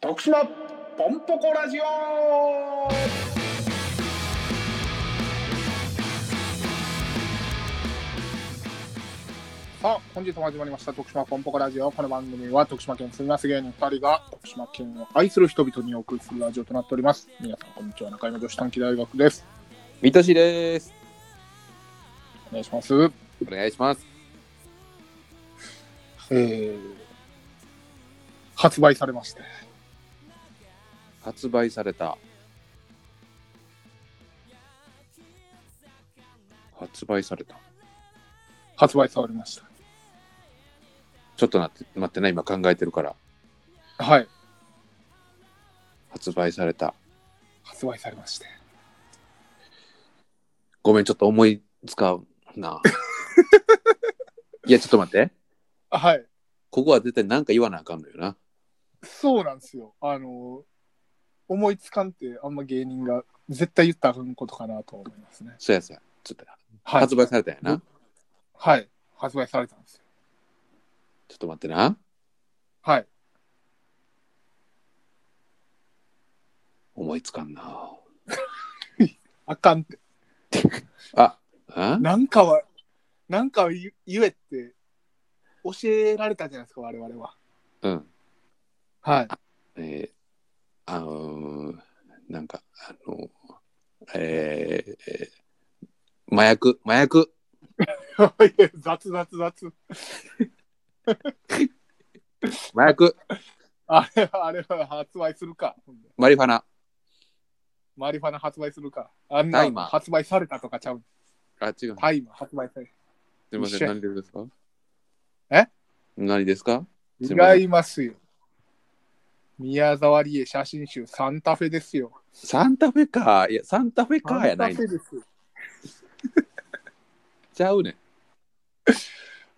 徳島ポンポコラジオさあ本日も始まりました徳島ポンポコラジオこの番組は徳島県住みます芸人2人が徳島県を愛する人々にお送りするラジオとなっております皆さんこんにちは中山女子短期大学ですみとしです。お願いしますお願いします。えー、発売されまして発売された。発売された。発売されましちょっと待って、待ってね、今考えてるから。たはい発売された。発売されましてごめん、ちょっと思いつかうな。 いや、ちょっと待って。はいここは絶対なんか言わなあかんのよな。そうなんですよ。あの、思いつかんって、あんま芸人が絶対言ったらあかんことかなと思いますね。そうやそうや。ちょっと、はい。発売されたんやな。はい。発売されたんですよ。ちょっと待ってな。はい。思いつかんな。あかんって。あ、あなんかは、なんかは言言えって、教えられたじゃないですか、我々は。うん。はい。 えー、あのーなんか、あのーえーえー麻薬、麻薬、雑雑雑。麻薬、あれは、あれは発売するか。ほんでマリファナ。マリファナ発売するか。あんタなイんマー発売されたとかちゃう。あ、違う。タイマー発売されすみませ一緒ん。何ですかえ何ですかすいまた。せん違いますよ。宮沢りえ写真集サンタフェですよ。サンタフェか。いや、サンタフェかやサなンいタ。フェですよちゃうねん。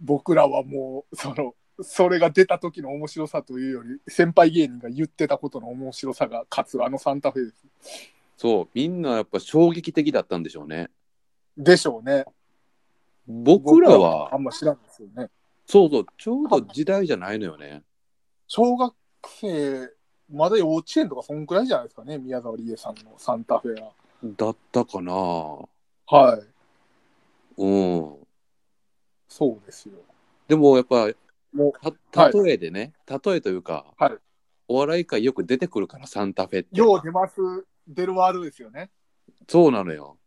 僕らはもうそのそれが出た時の面白さというより先輩芸人が言ってたことの面白さが勝つあのサンタフェですそう、みんなやっぱ衝撃的だったんでしょうね。でしょうね僕ら僕はあ、んま知らんですよねそうそう、ちょうど時代じゃないのよね。小学生まだ幼稚園とかそんくらいじゃないですかね宮沢りえさんのサンタフェはだったかな。はいうん。そうですよでもやっぱもたはい例えでね、例えというか、はいお笑い界よく出てくるからサンタフェってよう出ます出るワードですよねそうなのよ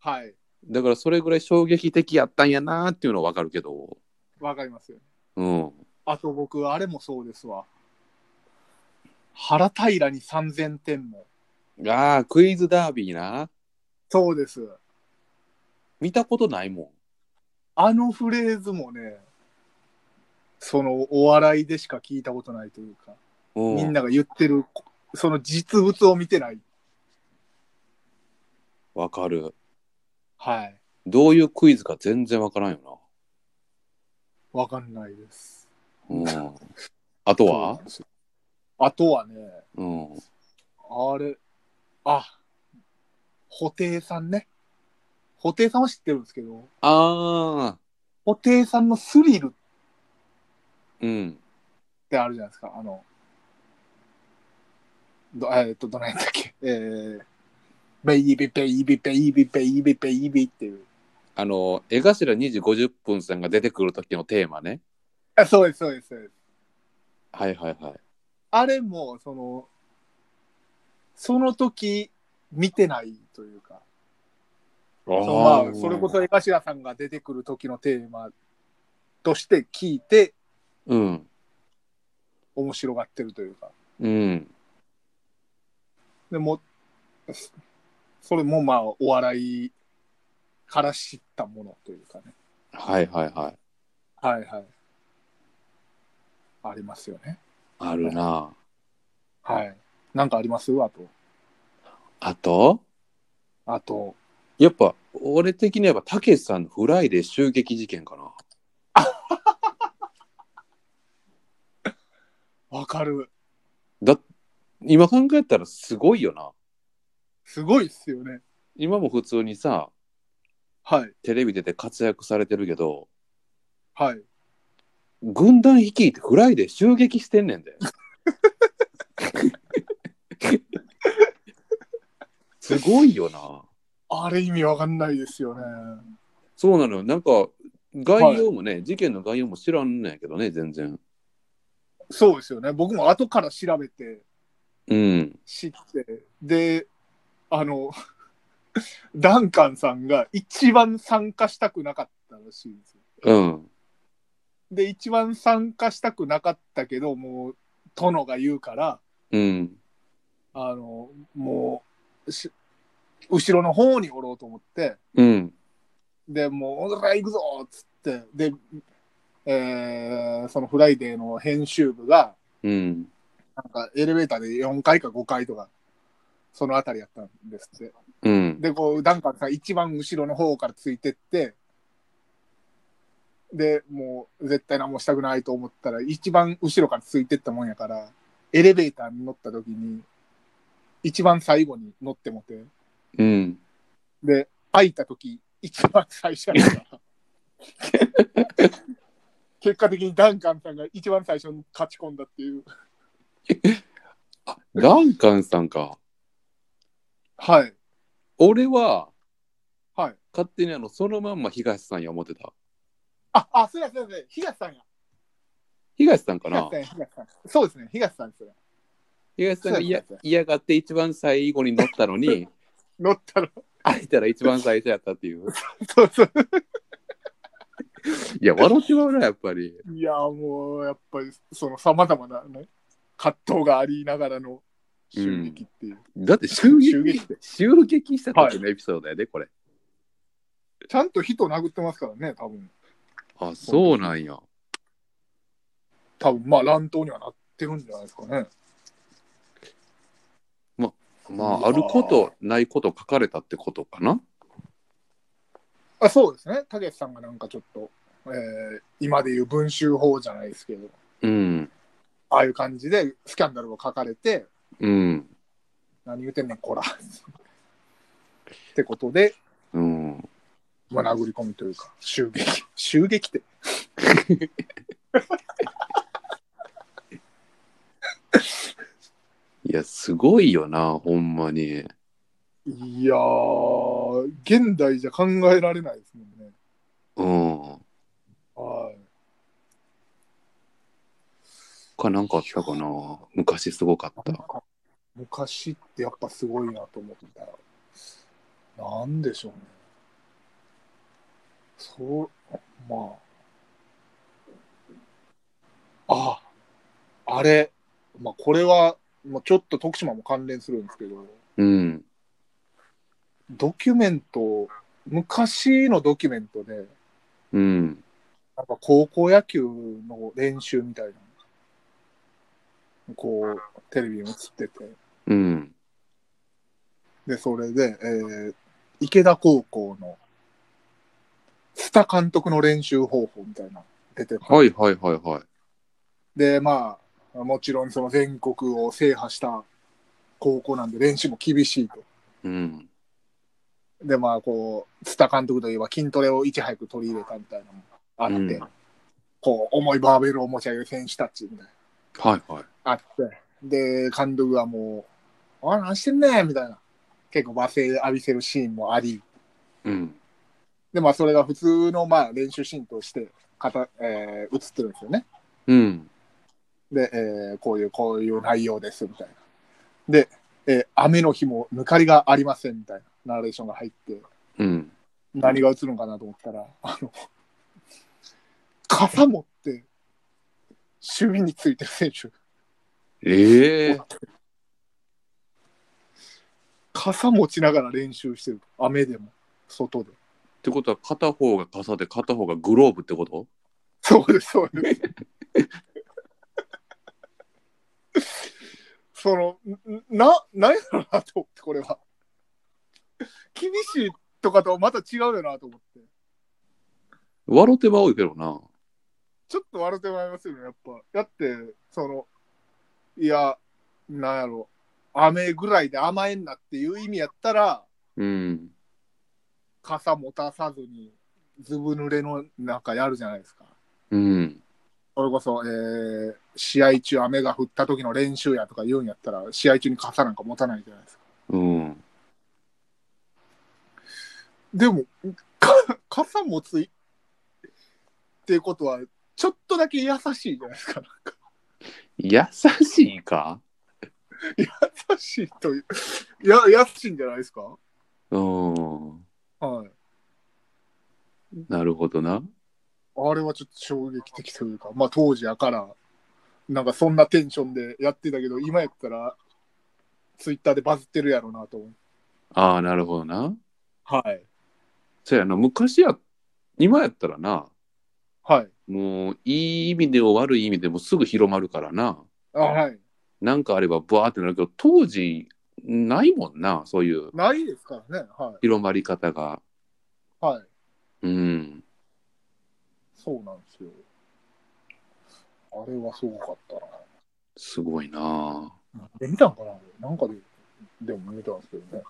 はいだからそれぐらい衝撃的やったんやなーっていうのはわかるけどわかりますようんあと僕あれもそうですわ原平に3000点もああクイズダービーなそうです見たことないもあのフレーズもね、そのお笑いでしか聞いたことないというか、ん、うみんなが言ってる、その実物を見てない。わかるはい。どういうクイズか全然わからんよわかんないです。なうんあとはそうあとはね、うんあれ、あ、布袋さんね。布袋さんは知ってるんですけど、ああ布袋さんのスリルっうんてあるじゃないですか。あの、どえーっと、どないだっけ。えー、ベイビーベイビーベイビーベイビーベイビーっていう。あの江頭2時50分さんが出てくる時のテーマねあそうです、そうです、そうです。はいはいはいあれも、その、その時、見てないというか、そのまあ、それこそ江頭さんが出てくる時のテーマとして聞いて、うん面白がってるというか、うんでも、そそれもまあ、お笑いから知ったものというかね、はいはいはいはいはい。ありますよね。あるなはい。なんかありますあと。あとあと、やっぱ俺的にはやっぱたけしさんの「フライデー襲撃事件」かなわかる。だ今考えたらすごいよなすごいっすよね。今も普通にさはい、テレビ出て活躍されてるけどはい。軍団率いて「フライデー襲撃してんねんですごいよな。あれ意味わかんないですよね。そうなのよ。なんか、概要もね、事件の概要も知らんねんけどね、全然。そうですよね。僕も後から調べて、うん。知って、で、あの、 ダンカンさんが一番参加したくなかったらしいんですよ。うん。で、一番参加したくなかったけど、もう、殿が言うから、うん。あの、もう、し後ろの方におろうと思って、うん。で、もう、おら行くぞっつって、で、えーそのフライデーの編集部が、うん。なんかエレベーターで4階か5階とか、そのあたりやったんですって。うん。で、こう、ダンカンさん一番後ろの方からついてって、で、もう絶対何もしたくないと思ったら、一番後ろからついてったもんやから、エレベーターに乗った時に、一番最後に乗ってもて、うん。で、開いた時、一番最初やから。結果的にダンカンさんが一番最初に勝ち込んだっていう。あ、ダンカンさんか。はい。俺は、はい。勝手にあの、そのまんま東さんや思ってた。あ、あ、すいません、すいません。東さんや。東さんかな東さんや、東さん。そうですね、東さんですね。東さんがそうです嫌そうです嫌がって一番最後に乗ったの に、乗ったら、開いたら一番最初やったっていう。そうそう。いや、笑ってまうな、やっぱり。いやもうやっぱりそのさまざまな、ね、葛藤がありながらの襲撃っていう、だって襲撃、襲撃って襲撃した時のエピソードやで、これ。ちゃんと人殴ってますからね多分あ、そうなんや。多分まあ乱闘にはなってるんじゃないですかねまあ、あること、ないこと書かれたってことかな。あそうですねたけしさんがなんかちょっと、えー今でいう文集法じゃないですけどうん。ああいう感じでスキャンダルを書かれてうん。何言うてんねんこら ってことで、うん。まあ、殴り込みというか襲撃襲撃っていや、すごいよな、ほんまに。いやー現代じゃ考えられないですもんねうん。はい他なんかあったかな。昔すごかった。昔ってやっぱすごいなと思ったら、なんでしょうね。そう、まあ。あ、あれ、まあこれは、まあ、ちょっと徳島も関連するんですけど、うん。ドキュメント、昔のドキュメントで、うん。なんか高校野球の練習みたいなのがこう、テレビに映ってて、うん。で、それで、えー池田高校の、スタ監督の練習方法みたいな、出てて、はいはいはいはい。で、まあ、もちろんその全国を制覇した高校なんで練習も厳しいと。うん。で、まあ、こう、スタ監督といえば筋トレをいち早く取り入れたみたいなのもあって、うんこう、重いバーベルを持ち上げる選手たちみたいな。はいはい。あって、で、監督はもう、あ、何してんねんみたいな。結構罵声浴びせるシーンもあり、うん。で、まあ、それが普通の、まあ、練習シーンとして、かた、えー映ってるんですよね。うん。で、えーこういう、こういう内容です、みたいな。で、えー雨の日も抜かりがありません、みたいなナレーションが入って、うん。何が映るのかなと思ったら、あの、傘持って、守備についてる選手、ええ傘持ちながら練習してる。雨でも、外で。ってことは片方が傘で片方がグローブってことそうです、そうです。その、んな、なんやろなと思って、これは。厳しいとかとはまた違うよなと思って。笑っては多いけどな。ちょっと笑ってもらいますよね、やっぱ。だって、その、いや、なんやろ、雨ぐらいで甘えんなっていう意味やったら、うん。傘持たさずに、ずぶ濡れの中やるじゃないですか。うん。それこそ、えー試合中雨が降った時の練習やとか言うんやったら、試合中に傘なんか持たないじゃないですか。うん。でも、か傘持ついっていうことは、ちょっとだけ優しいじゃないですか。なんか優しいか優しいという。いや、優しいんじゃないですかうん。はい。なるほどな。あれはちょっと衝撃的というか、まあ当時やから、なんかそんなテンションでやってたけど、今やったら、ツイッターでバズってるやろうなと思う。ああ、なるほどな。はい。そうやな、昔や、今やったらな、はい。もういい意味でも悪い意味でもすぐ広まるからな。あはい。なんかあればブワーってなるけど、当時ないもんな、そういうないですからね。はい。広まり方が。はい。うん。そうなんですよ。あれはすごかったな。すごいな。で見たんかななんかで、でも見たんですけどね。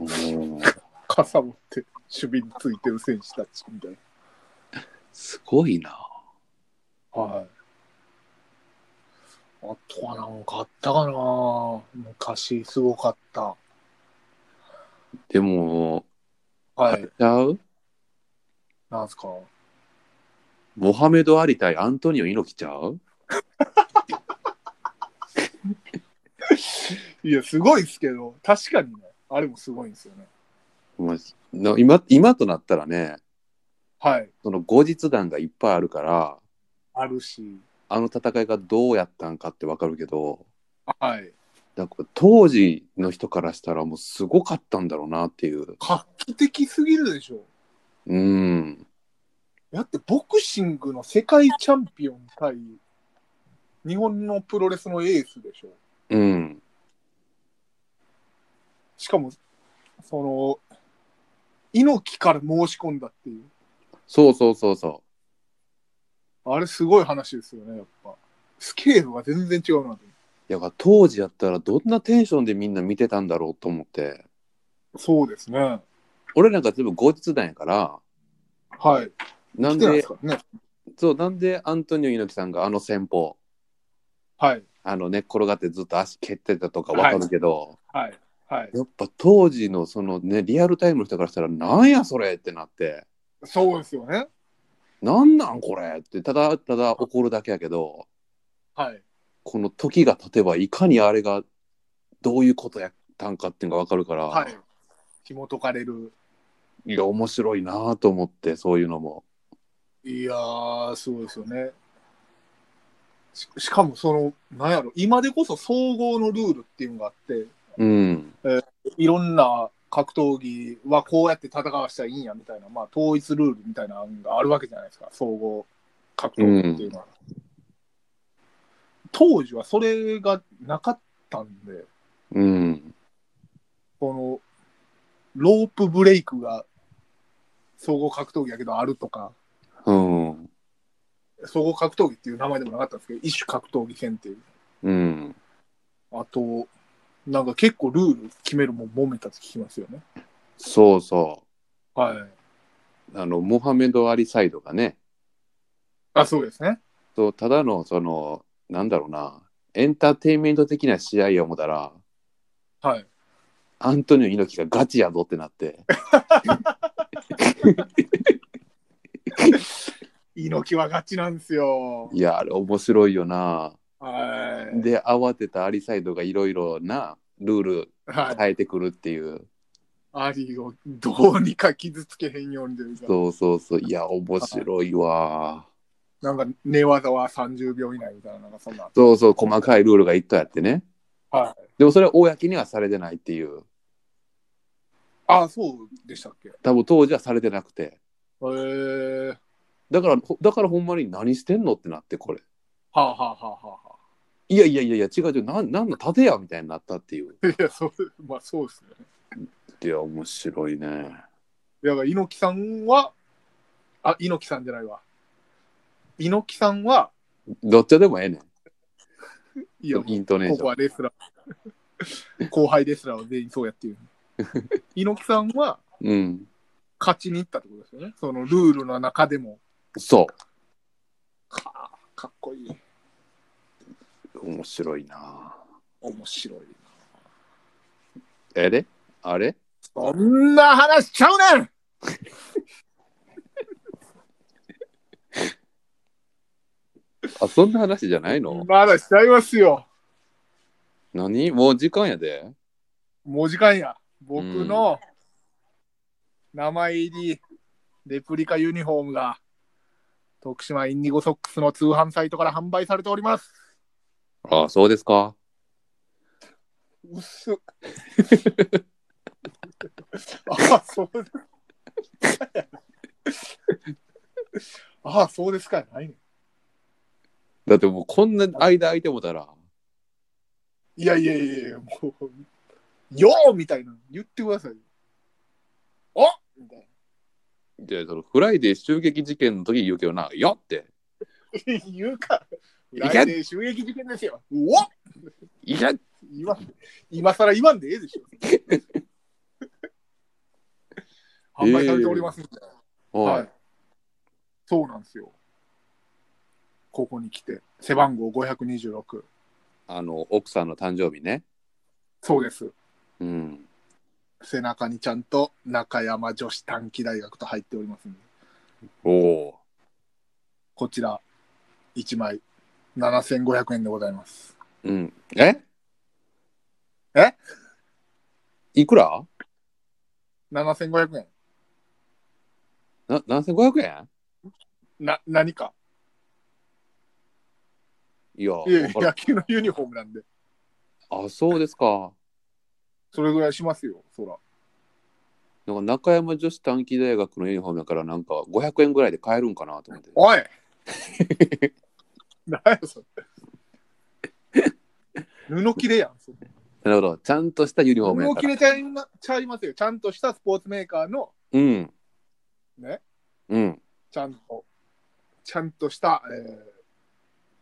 おー傘持って守備についてる選手たちみたいすごいな。な。はい。あとはなんかあったかな昔すごかった。でも、はあれい。ちゃうなんすかモハメド・アリ対アントニオ猪木ちゃういや、すごいですけど、確かにね、あれもすごいんですよね。まあの今今となったらね、はい。その後日談がいっぱいあるから、あるし、あの戦いがどうやったんかってわかるけど、はい。なんか当時の人からしたらもうすごかったんだろうなっていう。画期的すぎるでしょ。うん。だってボクシングの世界チャンピオン対日本のプロレスのエースでしょ。うん。しかも、その、猪木から申し込んだっていう。そうそうそうそあれすごい話ですよね、やっぱ。スケールが全然違うなと。う。いや当時やったらどんなテンションでみんな見てたんだろうと思って。そうですね。俺なんか全部後日談やから、はい。なん来てないで、ですからね。そうそう、なんでアントニオ猪木さんがあの戦法、はい。あのね、転がってずっと足蹴ってたとかわかるけど、はい。はい。やっぱ当時のそのねリアルタイムの人からしたらなんやそれってなってそうですよね。なんなんこれってただただ怒るだけやけどはい。この時が経てばいかにあれがどういうことやったんかっていうのが分かるから、はい。紐解かれる。い、や面白いなと思ってそういうのもいやー、すごいですよね。ししかも、その、なんやろ、今でこそ総合のルールっていうのがあって、うんいろんな格闘技はこうやって戦わしたらいいんやみたいな、まあ、統一ルールみたいなのがあるわけじゃないですか、総合格闘技っていうのは。当時はそれがなかったんで、うんこの、ロープブレイクが総合格闘技やけどあるとか、うん総合格闘技っていう名前でもなかったんですけど、一種格闘技戦っていう。うんあと、なんか結構ルール決めるもん揉めたって聞きますよね。そうそはい。うあのモハメド・アリサイドがねあ、そうですね。そうただのそのなんだろうなエンターテインメント的な試合や思ったらはい。アントニオ猪木がガチやぞってなって猪木はガチなんですよ。いやあれ面白いよな。はい。で慌てたアリサイドがいろいろなルールはい。変えてくるっていう、アリをどうにか傷つけへんようにというか、そうそうそういや面白いわ、なんか寝技は30秒以内みたいな、なんかそんな。そうそう細かいルールが一っやってねはでもそれは公にはされてないっていうあ、そうでしたっけ。へ多分当時はされてなくてえー。だからほだからほんまに何してんのってなってこれはあ、はあはあはあはいやいやいやいや違う違うなんなんの盾やみたいになったっていうあ、いや、そう、まあそうですね。いや面白いねだから猪木さんは、あ、猪木さんじゃないわ。猪木さんは、どっちでもええねいや、んイントネーこシこョンはレスラー。 後輩レスラーは全員そうやっていう。猪木さんはうん勝ちに行ったってことですよね。そのルールの中でも。そかかっこいい。う面白いな面白い。えれあれそんな話しちゃうねんあ、そんな話じゃないのまだしちゃいますよ。何もう時間やで。もう時間や。僕の名前入りレプリカユニフォームが徳島インディゴソックスの通販サイトから販売されております。あ、そうですか。薄っ。あそうですかや。あそうですかやないね。だってもうこんな間空いてもたら、いやいやいやいや、もう、よーみたいなの言ってくださいよ。おみたいで、そのフライデー襲撃事件の時言うけどな、よって、な。 言うか。いけ来年襲撃事件ですよ。うおいや、言わん今更言わんでええで しょ。販売されておりますんで、ははい。そうなんですよ。ここに来て、背番号526。あの、奥さんの誕生日ね。そうです。うん。背中にちゃんと中山女子短期大学と入っておりますんで、おおこちら、1枚7500円でございます。ー。うん。ええいくら7500円な ?7500 円な、何かいや、いやいやわから野球のユニフォームなんで、あ、そうですか。それぐらいしますよ、そら。なんか中山女子短期大学のユニフォームだからなんか500円ぐらいで買えるんかなと思って。おい 何やそれ。布切れやん。それなるほど。ちゃんとしたユニフォームや布か切ら。れちゃい,、ま、ちゃいますよ。ちゃんとしたスポーツメーカーの、うん。ね、うん。ちゃんと、ちゃんとした、えー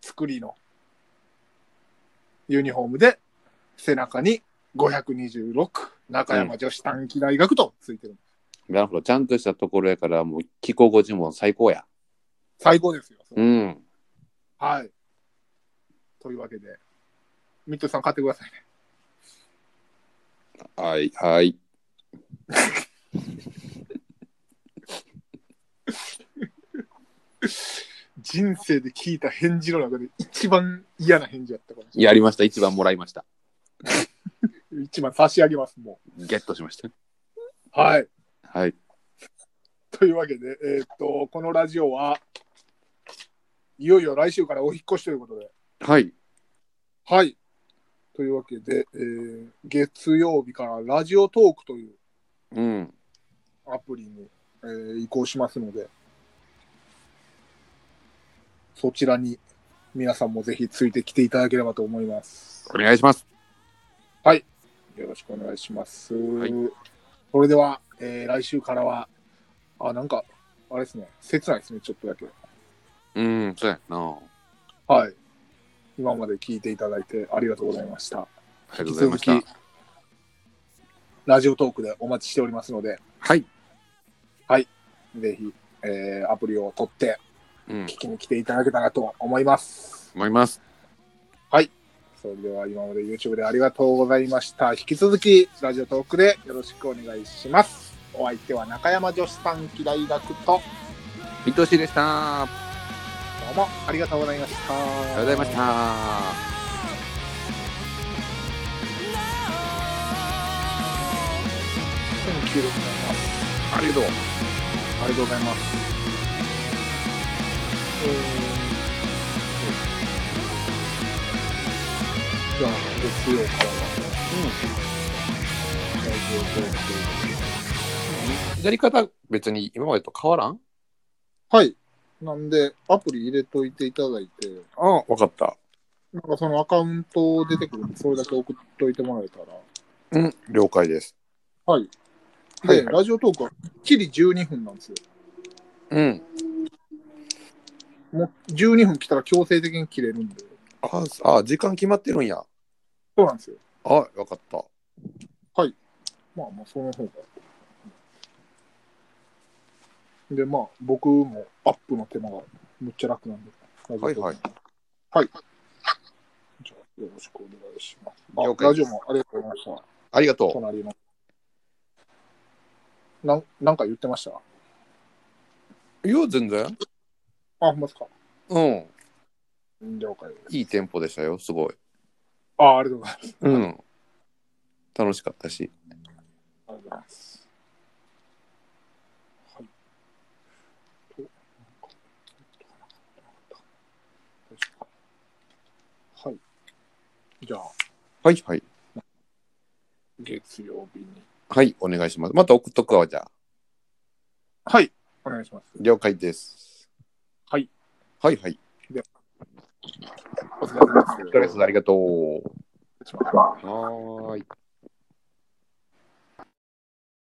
作りのユニフォームで、背中に526中山女子短期大学とついてる。なるほど。ちゃんとしたところやから、もう気候ご注文最高や。最高ですよ。それうん。はい。というわけで、ミッドさん買ってくださいね。はい、はい。人生で聞いた返事の中で一番嫌な返事やったから。やりました。一番もらいました。一番差し上げます、もゲットしました。う。はい。はい。というわけで、えーっと、このラジオは、いよいよ来週からお引っ越しということで。はい。はい。というわけで、えー月曜日からラジオトークといううん。アプリに、えー移行しますので、そちらに皆さんもぜひついてきていただければと思います。お願いします。よろしくお願いします。いそれでは、えー来週からは、あ、なんか、あれですね、切ないですね、ちょっとだけ。うん、そうやな。はい。今まで聞いていただいてありがとうございました。ありがとうございました引き。ラジオトークでお待ちしておりますので、はい。ぜひ、えーアプリを取ってうん。聞きに来ていただけたらと思います。思います。それでは今まで YouTube でありがとうございました。引き続き、ラジオトークでよろしくお願いします。お相手は中山女子短期大学と、ど伊藤氏でした。あうもありがとうございました。ありりがとうございました。ありがとう。ありがとうございます。えーじゃあ、月曜からは、うん、ラジオトークということでやり方別に今までと変わらんはい。なんで、アプリ入れといていただいて、ああ、わかった。なんかそのアカウント出てくるんで、それだけ送っといてもらえたら。うん、了解です。はい。で、はいはいラジオトークは、きり12分なんですよ。うん。もう12分来たら強制的に切れるんで。ああ、時間決まってるんや。そうなんですよ。あわかった。まあまあ、その方が。で、まあ、僕もアップの手間がむっちゃ楽なんで。はいはい。はい。じゃあ、よろしくお願いします。あ了解ラジでオすもありがとうございました。ありがとう。隣の。なん、なんか言ってましたいや、全然。あ、ほんまですか。うん。了解です。いいテンポでしたよ、すごい。あ、ありがとうございます。うん。楽しかったし。ありがとうございます。はい。と、なんかなんかなんかはい。じゃあ、はいはい。月曜日に。はい、お願いします。また送っとくわ、じゃあ。はい。お願いします。了解です。はい。はいはい。お疲れ様です。お疲れ様ですありがとう。お疲れ様ですはーい。